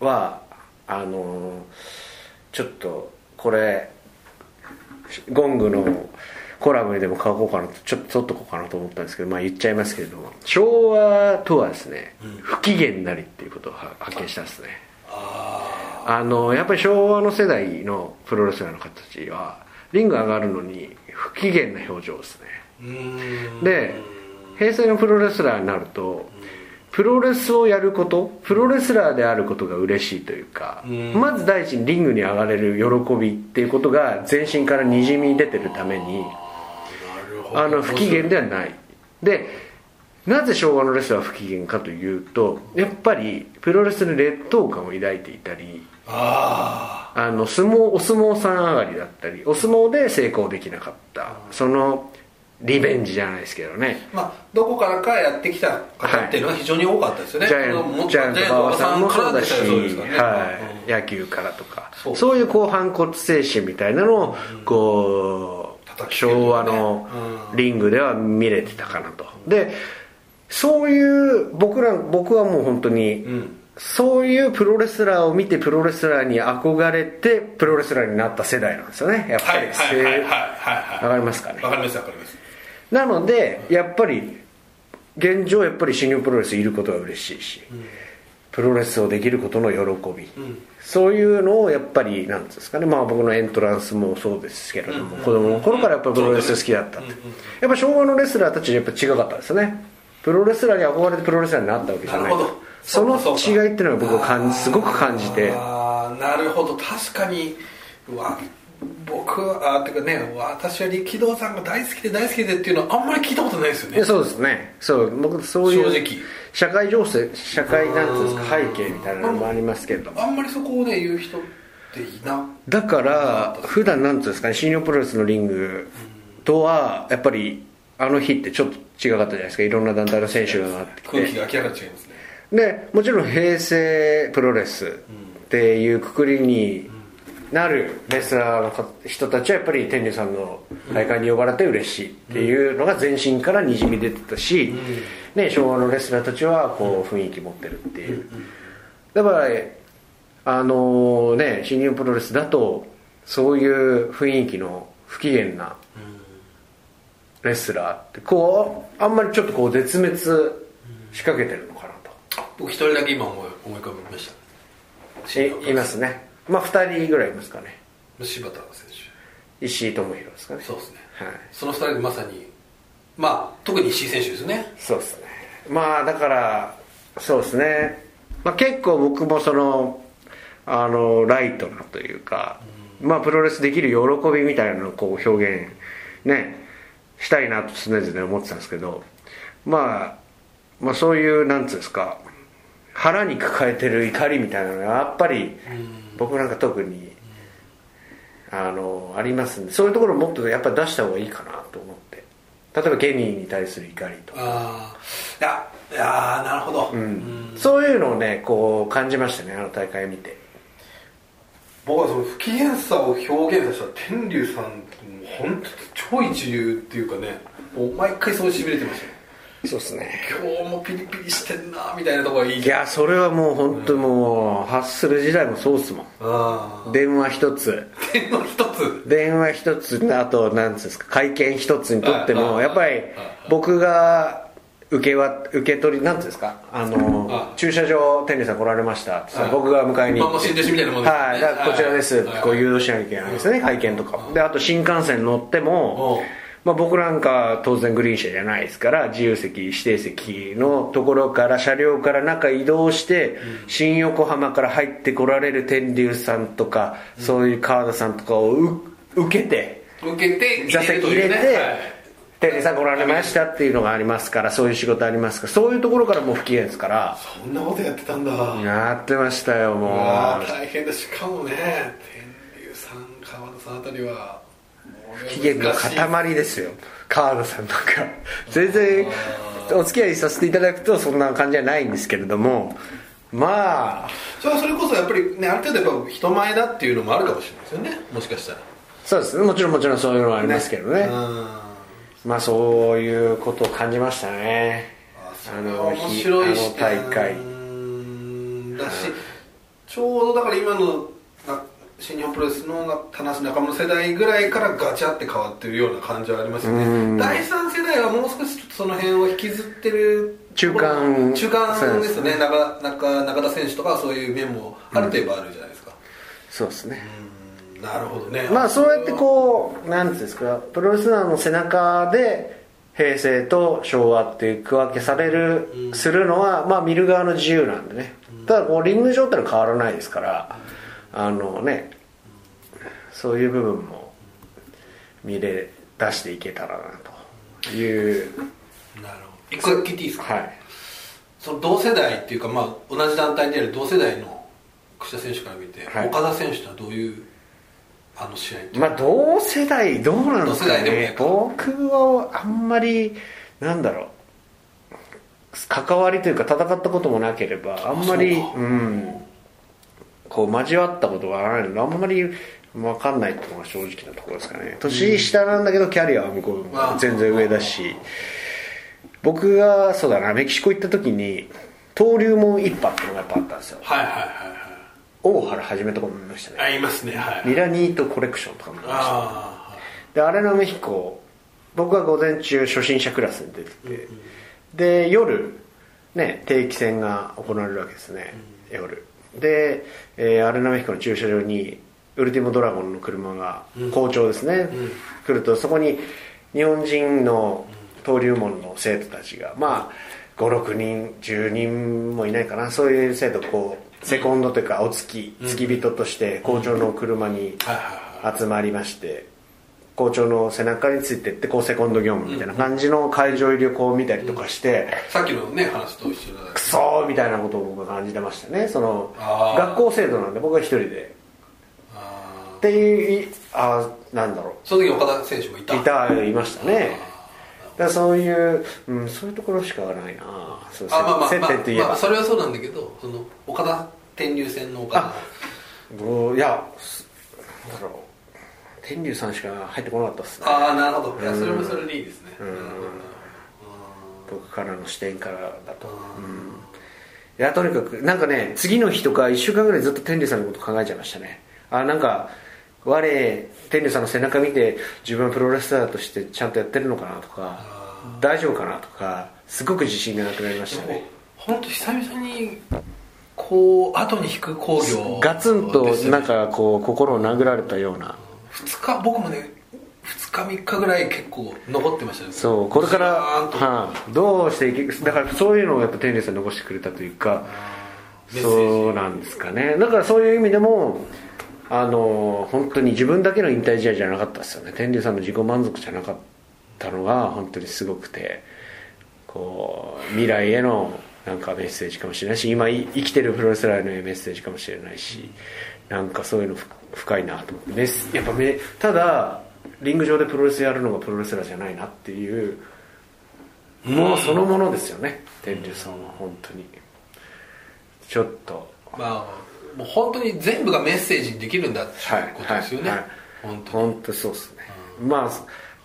[SPEAKER 1] はあのーちょっとこれゴングのコラムにでも書こうかなとちょっと取っとこうかなと思ったんですけどまあ言っちゃいますけれども昭和とはですね不機嫌なりっていうことをは発見したんですね
[SPEAKER 2] あ
[SPEAKER 1] あのやっぱり昭和の世代のプロレスラーの方たちはリング上がるのに不機嫌な表情ですね
[SPEAKER 2] ーうーん
[SPEAKER 1] で平成のプロレスラーになるとプロレスをやることプロレスラーであることが嬉しいというか
[SPEAKER 2] うん
[SPEAKER 1] まず第一にリングに上がれる喜びっていうことが全身からにじみ出てるために
[SPEAKER 2] なるほど
[SPEAKER 1] あの不機嫌ではないでなぜ昭和のレスラーは不機嫌かというとやっぱりプロレスに劣等感を抱いていたり
[SPEAKER 2] あ
[SPEAKER 1] あの相撲お相撲さん上がりだったりお相撲で成功できなかったそのリベンジじゃないですけどね
[SPEAKER 2] あまあどこからかやってきた方っていうのは非常に多かったですよね、
[SPEAKER 1] ジャイ
[SPEAKER 2] そ
[SPEAKER 1] ア
[SPEAKER 2] のも
[SPEAKER 1] ン
[SPEAKER 2] っ
[SPEAKER 1] ジ
[SPEAKER 2] と
[SPEAKER 1] ャイアント
[SPEAKER 2] ね
[SPEAKER 1] 馬場さんも
[SPEAKER 2] 馬場
[SPEAKER 1] そうだし、
[SPEAKER 2] からでしたらそうですからね
[SPEAKER 1] はい、野球からとか
[SPEAKER 2] そ
[SPEAKER 1] そうういうこう反骨精神みたいなのをこう、
[SPEAKER 2] 叩きつけるね
[SPEAKER 1] 昭和の
[SPEAKER 2] うん
[SPEAKER 1] リングでは見れてたかなと、でそういう僕ら僕はもう本当に、
[SPEAKER 2] うんうん
[SPEAKER 1] そういうプロレスラーを見てプロレスラーに憧れてプロレスラーになった世代なんですよねやっ
[SPEAKER 2] は
[SPEAKER 1] ぱ
[SPEAKER 2] い
[SPEAKER 1] り、
[SPEAKER 2] はいはいはいはい
[SPEAKER 1] わかりますかね
[SPEAKER 2] わかりますわかります
[SPEAKER 1] なのでやっぱり現状やっぱり新日本プロレスいることが嬉しいし、プロレスをできることの喜び、そういうのをやっぱりなんていうんですかね、まあ、僕のエントランスもそうですけれども、子供の頃からやっぱりプロレス好きだったって、やっぱ昭和のレスラーたちやっぱ違かったですねプロレスラーに憧れてプロレスラーになったわけじゃない
[SPEAKER 2] なるほど
[SPEAKER 1] その
[SPEAKER 2] そうかそうか
[SPEAKER 1] 違いっていうのは僕は感じすごく感じて
[SPEAKER 2] ああなるほど確かにうわ僕はあーてかね私は力道さんが大好きで大好きでっていうのはあんまり聞いたことないですよ
[SPEAKER 1] で
[SPEAKER 2] ね
[SPEAKER 1] そうですねそう僕そういう
[SPEAKER 2] 正直
[SPEAKER 1] 社会情勢社会なんていうんですか背景みたいなのもありますけれども
[SPEAKER 2] あんまりそこをね言う人っていな
[SPEAKER 1] だから普段なんていうんですかね新日本プロレスのリングとはやっぱりあの日ってちょっと違かったじゃないですかいろんな団体の選手があって
[SPEAKER 2] 空
[SPEAKER 1] き
[SPEAKER 2] 気
[SPEAKER 1] て
[SPEAKER 2] が明らかに違いますね
[SPEAKER 1] でもちろん平成プロレスっていうくくりになるレスラーの方人たちはやっぱり天竜さんの大会に呼ばれて嬉しいっていうのが全身からにじみ出てたし、ね、昭和のレスラーたちはこう雰囲気持ってるっていうだからあのね新日本プロレスだとそういう雰囲気の不機嫌なレスラーってこうあんまりちょっとこう絶滅仕掛けてるのかなと
[SPEAKER 2] 僕一人だけ今思い思い浮かびました
[SPEAKER 1] いいますねまあ2人ぐらいいますかね
[SPEAKER 2] 柴田選
[SPEAKER 1] 石井智弘ですかね
[SPEAKER 2] 手そうですね
[SPEAKER 1] はい
[SPEAKER 2] その二人でまさにまあ特に石井選手ですね
[SPEAKER 1] そうですねまあだからそうですね、まあ、結構僕もそのあのライトなというか、まあプロレスできる喜びみたいなのをこう表現ねしたいなと常々思ってたんですけどまあまあそういうなんつうんですか腹に抱えてる怒りみたいなのがやっぱり僕なんか特にあのありますんでそういうところをもっとやっぱ出した方がいいかなと思って例えばゲニーに対する怒りとか
[SPEAKER 2] ああいやいやーなるほど、うん
[SPEAKER 1] そういうのをねこう感じましたねあの大会見て
[SPEAKER 2] 僕はその不機嫌さを表現させた天竜さんもう本当に超一流っていうかねもう毎回そうしびれてましたよ
[SPEAKER 1] そうですね
[SPEAKER 2] 今日もピリピリしてんなみたいなとこがいい
[SPEAKER 1] いやそれはもう本当もうハッスル時代もそうっすも
[SPEAKER 2] あ
[SPEAKER 1] ん電話一つ
[SPEAKER 2] あ点の一つ
[SPEAKER 1] 電話一つあとなんつうんですか会見一つにとって
[SPEAKER 2] はいは
[SPEAKER 1] も
[SPEAKER 2] い
[SPEAKER 1] やっぱり僕が受けわ受け取りなんつうんですかあ
[SPEAKER 2] は
[SPEAKER 1] の
[SPEAKER 2] い
[SPEAKER 1] 駐車場天理さん来られましたってさ
[SPEAKER 2] はい
[SPEAKER 1] 僕が迎えに行
[SPEAKER 2] まあもう
[SPEAKER 1] って
[SPEAKER 2] 新弟子みたいなもんですよね
[SPEAKER 1] はいだからこちらですって
[SPEAKER 2] はい
[SPEAKER 1] こう誘導しなきゃいけないですね会見とかであと新幹線乗って
[SPEAKER 2] う
[SPEAKER 1] も
[SPEAKER 2] ん
[SPEAKER 1] まあ僕なんか当然グリーン車じゃないですから自由席指定席のところから車両から中移動して新横浜から入ってこられる天竜さんとかそういう川田さんとかをう受けて
[SPEAKER 2] 受けて
[SPEAKER 1] 座席入れて「店員さん来られました」っていうのがありますからそういう仕事ありますからそういうところからもう不機嫌ですから
[SPEAKER 2] そんなことやってたんだあ
[SPEAKER 1] やってましたよも
[SPEAKER 2] あ大変だしかもね天竜さん川田さんあたりは
[SPEAKER 1] う不機嫌の塊ですよ川田さんとか全然お付き合いさせていただくとそんな感じじゃないんですけれどもまあ
[SPEAKER 2] それはそれこそやっぱりねある程度やっぱ人前だっていうのもあるかもしれないですよねもしかしたら
[SPEAKER 1] そうですねもちろんもちろんそういうのはありますけどね
[SPEAKER 2] うんあ
[SPEAKER 1] まあそういうことを感じましたね
[SPEAKER 2] それは面白い視点
[SPEAKER 1] あの大会
[SPEAKER 2] うんだしちょうどだから今のな新日本プロレスの田無中村世代ぐらいからガチャって変わってるような感じはありますよ
[SPEAKER 1] うん
[SPEAKER 2] ね第三世代はもう少しちょっとその辺を引きずってる
[SPEAKER 1] 中間
[SPEAKER 2] 中間です
[SPEAKER 1] そう
[SPEAKER 2] よ
[SPEAKER 1] で
[SPEAKER 2] ね
[SPEAKER 1] すね
[SPEAKER 2] 中中中田選手とかはそういう面もある程度あるじゃないですか、
[SPEAKER 1] そうですね
[SPEAKER 2] うんなるほどね
[SPEAKER 1] まあそうやってこうなんていうんですかプロレスラーの背中で平成と昭和って区分けされる、
[SPEAKER 2] うん
[SPEAKER 1] するのはまあ見る側の自由なんでね、ただこうリング上ってのは変わらないですから、あのねそういう部分も見れ出していけたらなという
[SPEAKER 2] なるほど一個だけ聞いていいですか、
[SPEAKER 1] はい
[SPEAKER 2] その同世代っていうか、まあ、同じ団体にある同世代の櫛田選手から見て、
[SPEAKER 1] はい
[SPEAKER 2] 岡田選手とはどういうあの試合って、
[SPEAKER 1] まあ同世代どうなんですか
[SPEAKER 2] 同世代でもや
[SPEAKER 1] ね
[SPEAKER 2] っぱ
[SPEAKER 1] 僕はあんまりなんだろう関わりというか戦ったこともなければあんまり
[SPEAKER 2] あそ
[SPEAKER 1] う
[SPEAKER 2] うか
[SPEAKER 1] んこう交わったことがないのであんまり分かんないっていうのが正直なところですかね年下なんだけどキャリアは向こう
[SPEAKER 2] まあ
[SPEAKER 1] 全然上だし僕がそうだなメキシコ行った時に登竜門一派っていうのがやっぱあったんですよ
[SPEAKER 2] はいはいはい
[SPEAKER 1] 大原はじめとかも見ましたね
[SPEAKER 2] はいあいますねはい
[SPEAKER 1] ミラニートコレクションとかも見ました
[SPEAKER 2] あ
[SPEAKER 1] でアレナメヒコ僕は午前中初心者クラスに出てて、で夜ね定期戦が行われるわけですね、夜で、えーアレナメヒコの駐車場にウルティモドラゴンの車が
[SPEAKER 2] うん
[SPEAKER 1] 校長ですね、
[SPEAKER 2] うん
[SPEAKER 1] 来るとそこに日本人の登竜門の生徒たちがまあ56人10人もいないかなそういう生徒こうセコンドというかお付き付き人として校長の車に
[SPEAKER 2] あはいはい
[SPEAKER 1] 集まりまして校長の背中についてってこうセコンド業務みたいな感じの会場入りをこう見たりとかして、
[SPEAKER 2] はいさっきのね話と一緒だ
[SPEAKER 1] クソーみたいなことを僕は感じてましたねその
[SPEAKER 2] あー
[SPEAKER 1] 学校制度なんで僕は一人で
[SPEAKER 2] あ
[SPEAKER 1] っ
[SPEAKER 2] ー
[SPEAKER 1] ていういあーなんだろ
[SPEAKER 2] その時岡田選手もいうた
[SPEAKER 1] いたいましたね
[SPEAKER 2] あ
[SPEAKER 1] だからそういう、うん、そういうところしかないなそう
[SPEAKER 2] ーあまあまあ
[SPEAKER 1] 接
[SPEAKER 2] まあ
[SPEAKER 1] 点といえば、
[SPEAKER 2] まあそれはそうなんだけどその岡田天竜戦の岡
[SPEAKER 1] どういやすなんだろう天竜さんしか入ってこなかったっすね
[SPEAKER 2] 田ああなるほどいやそれもそれでいいですねなるほどなるほどうん
[SPEAKER 1] 僕からの視点からだと、
[SPEAKER 2] う
[SPEAKER 1] うんいやとにかくなんかね次の日とか1週間ぐらいずっと天竜さんのこと考えちゃいましたねあなんか我天竜さんの背中見て自分はプロレスラーとしてちゃんとやってるのかなとか
[SPEAKER 2] あ
[SPEAKER 1] 大丈夫かなとかすごく自信がなくなりましたね
[SPEAKER 2] 本当久々にこう後に引く工業
[SPEAKER 1] ガツンとなんかこう心を殴られたような
[SPEAKER 2] 2日僕もね2日3日ぐらい結構残ってましたね
[SPEAKER 1] そうこれから、
[SPEAKER 2] ずーんと
[SPEAKER 1] はいどうしていけだからそういうのをやっぱ天竜さん残してくれたというか
[SPEAKER 2] メッセージ
[SPEAKER 1] そうなんですかねだからそういう意味でもあの本当に自分だけの引退試合じゃなかったですよね天竜さんの自己満足じゃなかったのが本当にすごくてこう未来へのなんかメッセージかもしれないし今い生きてるプロレスラーへのメッセージかもしれないしなんかそういうのふ深いなと思ってメスやっぱめただリング上でプロレスやるのがプロレスラーじゃないなっていうもうそのものですよね天竜さんは本当にちょっと
[SPEAKER 2] まあもう本当に全部がメッセージにできるんだって
[SPEAKER 1] はい
[SPEAKER 2] いうことですよね、
[SPEAKER 1] はいはい
[SPEAKER 2] 本当に
[SPEAKER 1] 本当そうですね、まあ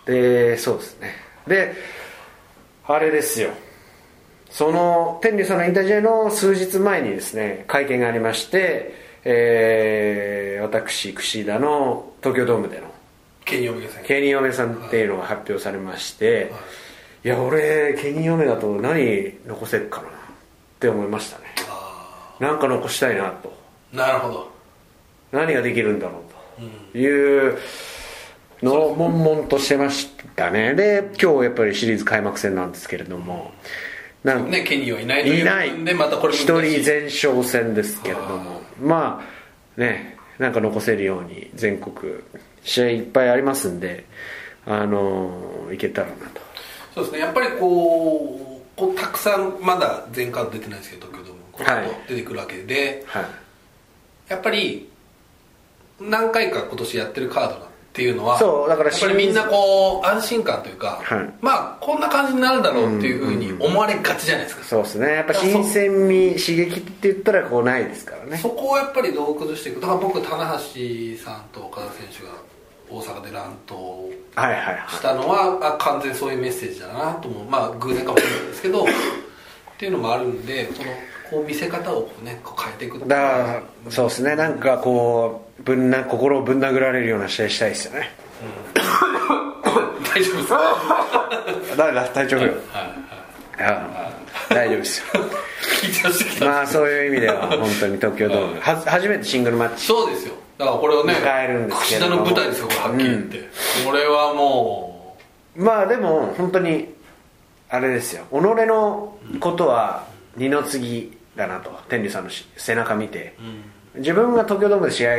[SPEAKER 1] でそうですねであれですよその天竜さんの引退試合の数日前にですね会見がありまして、えー私櫛田の東京ドームでの
[SPEAKER 2] ケニー・オメガさん
[SPEAKER 1] ケニー・オメさんっていうのが発表されまして、い、や俺ケニー・オメだと何残せるかなって思いましたね
[SPEAKER 2] あ
[SPEAKER 1] なんか残したいなと
[SPEAKER 2] あなるほど
[SPEAKER 1] 何ができるんだろうというのを悶々としてましたねで今日やっぱりシリーズ開幕戦なんですけれどもなんか
[SPEAKER 2] ねケニーはいないとい
[SPEAKER 1] いうない
[SPEAKER 2] ことでまたこれ
[SPEAKER 1] 一人前哨戦ですけれどもまあねなんか残せるように全国試合いっぱいありますんであのいけたらなと
[SPEAKER 2] そうですねやっぱりこうこうたくさんまだ全カード出てないですけど東京ドームこの後出てくるわけで、
[SPEAKER 1] はい
[SPEAKER 2] やっぱり何回か今年やってるカードなんっていうのは
[SPEAKER 1] そうだから
[SPEAKER 2] やっぱりみんなこう安心感というか、
[SPEAKER 1] はい
[SPEAKER 2] まあこんな感じになるだろうっていうふうに思われがちじゃないですか、
[SPEAKER 1] そうですねやっぱ新鮮味刺激って言ったらこうないですからね
[SPEAKER 2] そこをやっぱりどう崩していくだから僕棚橋さんと岡田選手が大阪で乱闘
[SPEAKER 1] はいはいはい
[SPEAKER 2] したのはあ完全にそういうメッセージだなと思うまあ偶然かもしれないですけどっていうのもあるんでこのこう見せ方をこうねこう変えていくっていう
[SPEAKER 1] だ
[SPEAKER 2] の
[SPEAKER 1] か
[SPEAKER 2] は
[SPEAKER 1] らそうですねなんかこうぶんな心をぶん殴られるような試合したいですよね
[SPEAKER 2] [LAUGHS] 大丈夫ですか [LAUGHS]
[SPEAKER 1] 誰だ体調不良い
[SPEAKER 2] はい
[SPEAKER 1] や大丈夫ですよ
[SPEAKER 2] 緊張してきた、
[SPEAKER 1] まあそういう意味では本当に東京ドームは初めてシングルマッチ
[SPEAKER 2] そうですよだからこれをね
[SPEAKER 1] 迎えるんですけ
[SPEAKER 2] 串
[SPEAKER 1] れど
[SPEAKER 2] 田
[SPEAKER 1] も
[SPEAKER 2] の舞台ですよこれはっきり言って、これはも
[SPEAKER 1] まあでも本当にあれですよ己のことは二の次だなと天竜さんのし背中見て、
[SPEAKER 2] う、うん
[SPEAKER 1] 自分が東京ドームで試合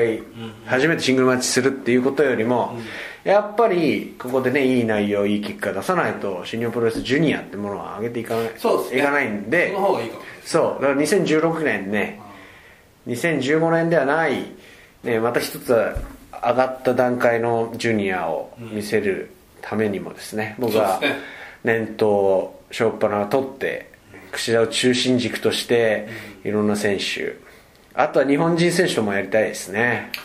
[SPEAKER 1] 初めてシングルマッチするっていうことよりも、やっぱりここでねいい内容いい結果出さないと新日本プロレスジュニアってものは上げていかない
[SPEAKER 2] そうですね
[SPEAKER 1] いかないんで
[SPEAKER 2] その方がいいかもしれないです
[SPEAKER 1] そうだから2016年ね2015年ではない、ね、また一つ上がった段階のジュニアを見せるためにもですね、僕は
[SPEAKER 2] そうですね
[SPEAKER 1] 年頭をしょっぱな取って櫛田を中心軸としていろんな選手あとは日本人選手ともやりたいですね
[SPEAKER 2] い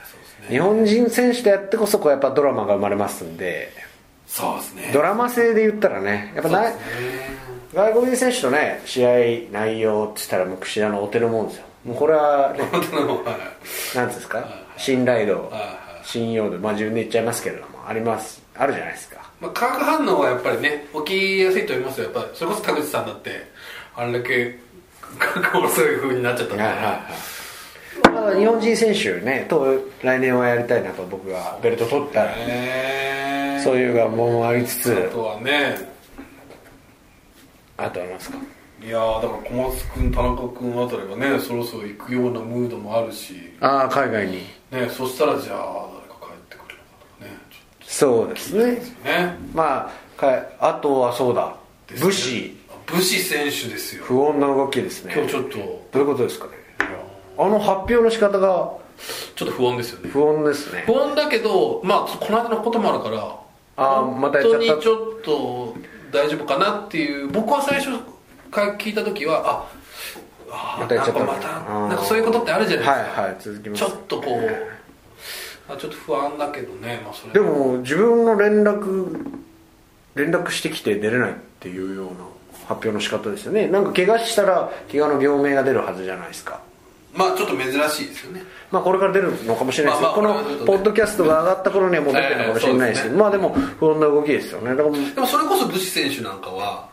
[SPEAKER 2] やそうですね
[SPEAKER 1] 日本人選手とやってこそこうやっぱドラマが生まれますんで
[SPEAKER 2] そうですね
[SPEAKER 1] ドラマ性で言ったらねやっぱな、外国人選手とね試合内容って言ったらもう櫛田のお手のもんですよもうこれはね
[SPEAKER 2] [LAUGHS] 本当のはい
[SPEAKER 1] なんていうんですか信頼度
[SPEAKER 2] はいはい
[SPEAKER 1] 信用度まあ自分で言っちゃいますけれどもありますあるじゃないですか
[SPEAKER 2] まあ、化学反応はやっぱりね起きやすいと思いますよやっぱりそれこそ田口さんだってあれだけ [LAUGHS] 学校そういう風になっちゃったんで、
[SPEAKER 1] だから日本人選手ねと来年はやりたいなと僕がベルト取ったら
[SPEAKER 2] へー
[SPEAKER 1] そういう願望もありつつ
[SPEAKER 2] あとはね
[SPEAKER 1] あとありますか
[SPEAKER 2] いやーだから小松君田中君あたりがねそろそろ行くようなムードもあるし
[SPEAKER 1] ああ海外に
[SPEAKER 2] ねそしたらじゃあ誰か帰ってくるのかねち
[SPEAKER 1] そうですね
[SPEAKER 2] ょっとね
[SPEAKER 1] まあかあとはそうだ
[SPEAKER 2] ですね
[SPEAKER 1] 武士
[SPEAKER 2] あ武士選手ですよ
[SPEAKER 1] 不穏な動きですね
[SPEAKER 2] 今日ちょっと
[SPEAKER 1] どういうことですかねあの発表の仕方が
[SPEAKER 2] ちょっと不安ですよね
[SPEAKER 1] 不穏ですね
[SPEAKER 2] 不安だけどまあこの間のこともあるから
[SPEAKER 1] あーまたやっちゃ
[SPEAKER 2] 本
[SPEAKER 1] っ
[SPEAKER 2] 当
[SPEAKER 1] た
[SPEAKER 2] にちょっと大丈夫かなっていう僕は最初から聞いた時はああー
[SPEAKER 1] またやっちゃった
[SPEAKER 2] なんかまた
[SPEAKER 1] あー
[SPEAKER 2] なんかそういうことってあるじゃないですか、
[SPEAKER 1] はいはい続きます
[SPEAKER 2] ちょっとこう、まあ、ちょっと不安だけどね、まあ、それ
[SPEAKER 1] でも自分の連絡連絡してきて出れないっていうような発表の仕方ですよねなんか怪我したら怪我の病名が出るはずじゃないですか
[SPEAKER 2] まあちょっと珍しいですよね
[SPEAKER 1] まあこれから出るのかもしれないですけど、
[SPEAKER 2] まあまあ
[SPEAKER 1] このポッドキャストが上がった頃にはもう出てるのかもしれないですけど、まあでも不穏な動きですよねだから
[SPEAKER 2] でもそれこそ武士選手なんかは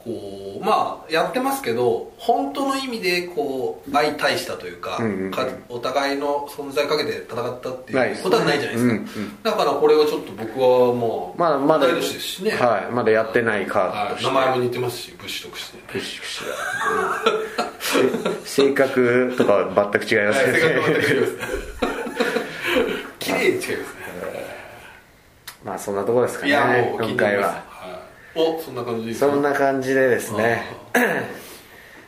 [SPEAKER 2] こうまあやってますけど本当の意味でこう相対したというか,、
[SPEAKER 1] んうん
[SPEAKER 2] かお互いの存在かけて戦ったって
[SPEAKER 1] ない
[SPEAKER 2] い
[SPEAKER 1] で
[SPEAKER 2] う
[SPEAKER 1] す
[SPEAKER 2] ことはないじゃないですか、
[SPEAKER 1] うんう
[SPEAKER 2] だからこれはちょっと僕はもう
[SPEAKER 1] まあまだ
[SPEAKER 2] 同い年ですしね、
[SPEAKER 1] はいまだやってないカード
[SPEAKER 2] は
[SPEAKER 1] と
[SPEAKER 2] い
[SPEAKER 1] して
[SPEAKER 2] 名前も似てますし武士として
[SPEAKER 1] プシプシだうん [LAUGHS] 性格とかは全く違いますけ
[SPEAKER 2] 性格
[SPEAKER 1] ど
[SPEAKER 2] は全
[SPEAKER 1] ね
[SPEAKER 2] く違います [LAUGHS] 綺麗に違いますね
[SPEAKER 1] まあそんなとこですか
[SPEAKER 2] い
[SPEAKER 1] ね
[SPEAKER 2] やもう
[SPEAKER 1] 今
[SPEAKER 2] 気にな
[SPEAKER 1] 回
[SPEAKER 2] ります
[SPEAKER 1] は。
[SPEAKER 2] はいおそんな感じです
[SPEAKER 1] そんな感じでですね [COUGHS]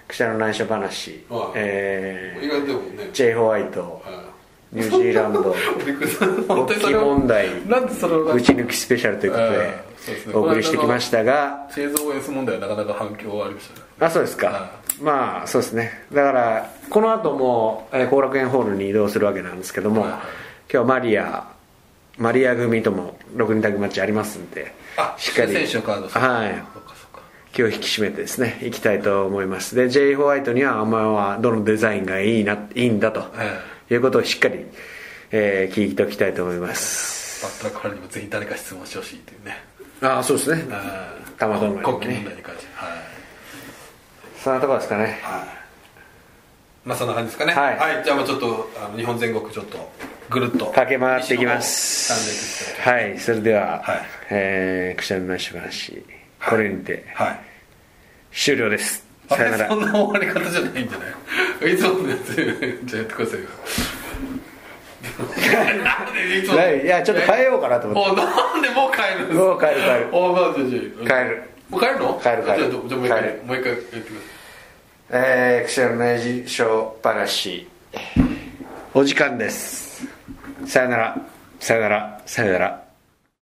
[SPEAKER 1] 記者の内緒話、
[SPEAKER 2] はい意
[SPEAKER 1] え
[SPEAKER 2] 外とでもね
[SPEAKER 1] ー、J ホワイト
[SPEAKER 2] はい
[SPEAKER 1] ニュージーラン
[SPEAKER 2] [LAUGHS]
[SPEAKER 1] ド
[SPEAKER 2] びっくりした本当
[SPEAKER 1] 国
[SPEAKER 2] にそ
[SPEAKER 1] 旗
[SPEAKER 2] れを
[SPEAKER 1] 問題
[SPEAKER 2] なんでそれを
[SPEAKER 1] 打ち抜きスペシャルということ
[SPEAKER 2] ええそうです
[SPEAKER 1] で
[SPEAKER 2] ね
[SPEAKER 1] お送りしてきましたが
[SPEAKER 2] 製造 OS 問題はなかなか反響はありましたね
[SPEAKER 1] あそうです
[SPEAKER 2] は
[SPEAKER 1] かまあそうですねだからこの後も後、えー後楽園ホールに移動するわけなんですけども今日はマリアマリア組とも6人タッグマッチありますんで
[SPEAKER 2] あ
[SPEAKER 1] しっかり
[SPEAKER 2] 選手のカー
[SPEAKER 1] は
[SPEAKER 2] ド
[SPEAKER 1] い
[SPEAKER 2] そっかそっか
[SPEAKER 1] 気を引き締めてですねいきたいと思いますで J. ホワイトにはお前はどのデザインがいいないいんだと、
[SPEAKER 2] え
[SPEAKER 1] いうことをしっかり、えー聞いておきたいと思います
[SPEAKER 2] バットラックからにもぜひ誰か質問してほしいというね
[SPEAKER 1] ああそうですね
[SPEAKER 2] うん
[SPEAKER 1] たまたまね
[SPEAKER 2] 国旗問題に関してはい、
[SPEAKER 1] そんなところですかね
[SPEAKER 2] はい、まあそんな感じですかね
[SPEAKER 1] はい
[SPEAKER 2] じゃあもうちょっとあの日本全国ちょっとぐるっと
[SPEAKER 1] 駆け回っていきます
[SPEAKER 2] 西の方
[SPEAKER 1] はいそれでは、
[SPEAKER 2] はい
[SPEAKER 1] えー、くしゃみのし話これにて
[SPEAKER 2] 三はい
[SPEAKER 1] 終了です、
[SPEAKER 2] あ
[SPEAKER 1] さよな
[SPEAKER 2] れ
[SPEAKER 1] ら
[SPEAKER 2] そんな終わり方じゃないんじ
[SPEAKER 1] [LAUGHS]
[SPEAKER 2] ゃないいつものやつじゃあやってくださいよなんでいつもの
[SPEAKER 1] いやちょっと変えようかなと思っ
[SPEAKER 2] おなんでもう帰
[SPEAKER 1] て
[SPEAKER 2] るんです
[SPEAKER 1] もう帰る帰る
[SPEAKER 2] おまあじゃあじゃあ
[SPEAKER 1] 帰る
[SPEAKER 2] もう帰るの
[SPEAKER 1] 帰る帰る
[SPEAKER 2] じゃあじゃあじゃあもう一回
[SPEAKER 1] 帰る
[SPEAKER 2] もう一回やってください
[SPEAKER 1] えー、くしゃみの内緒話お時間ですさよならさよならさよなら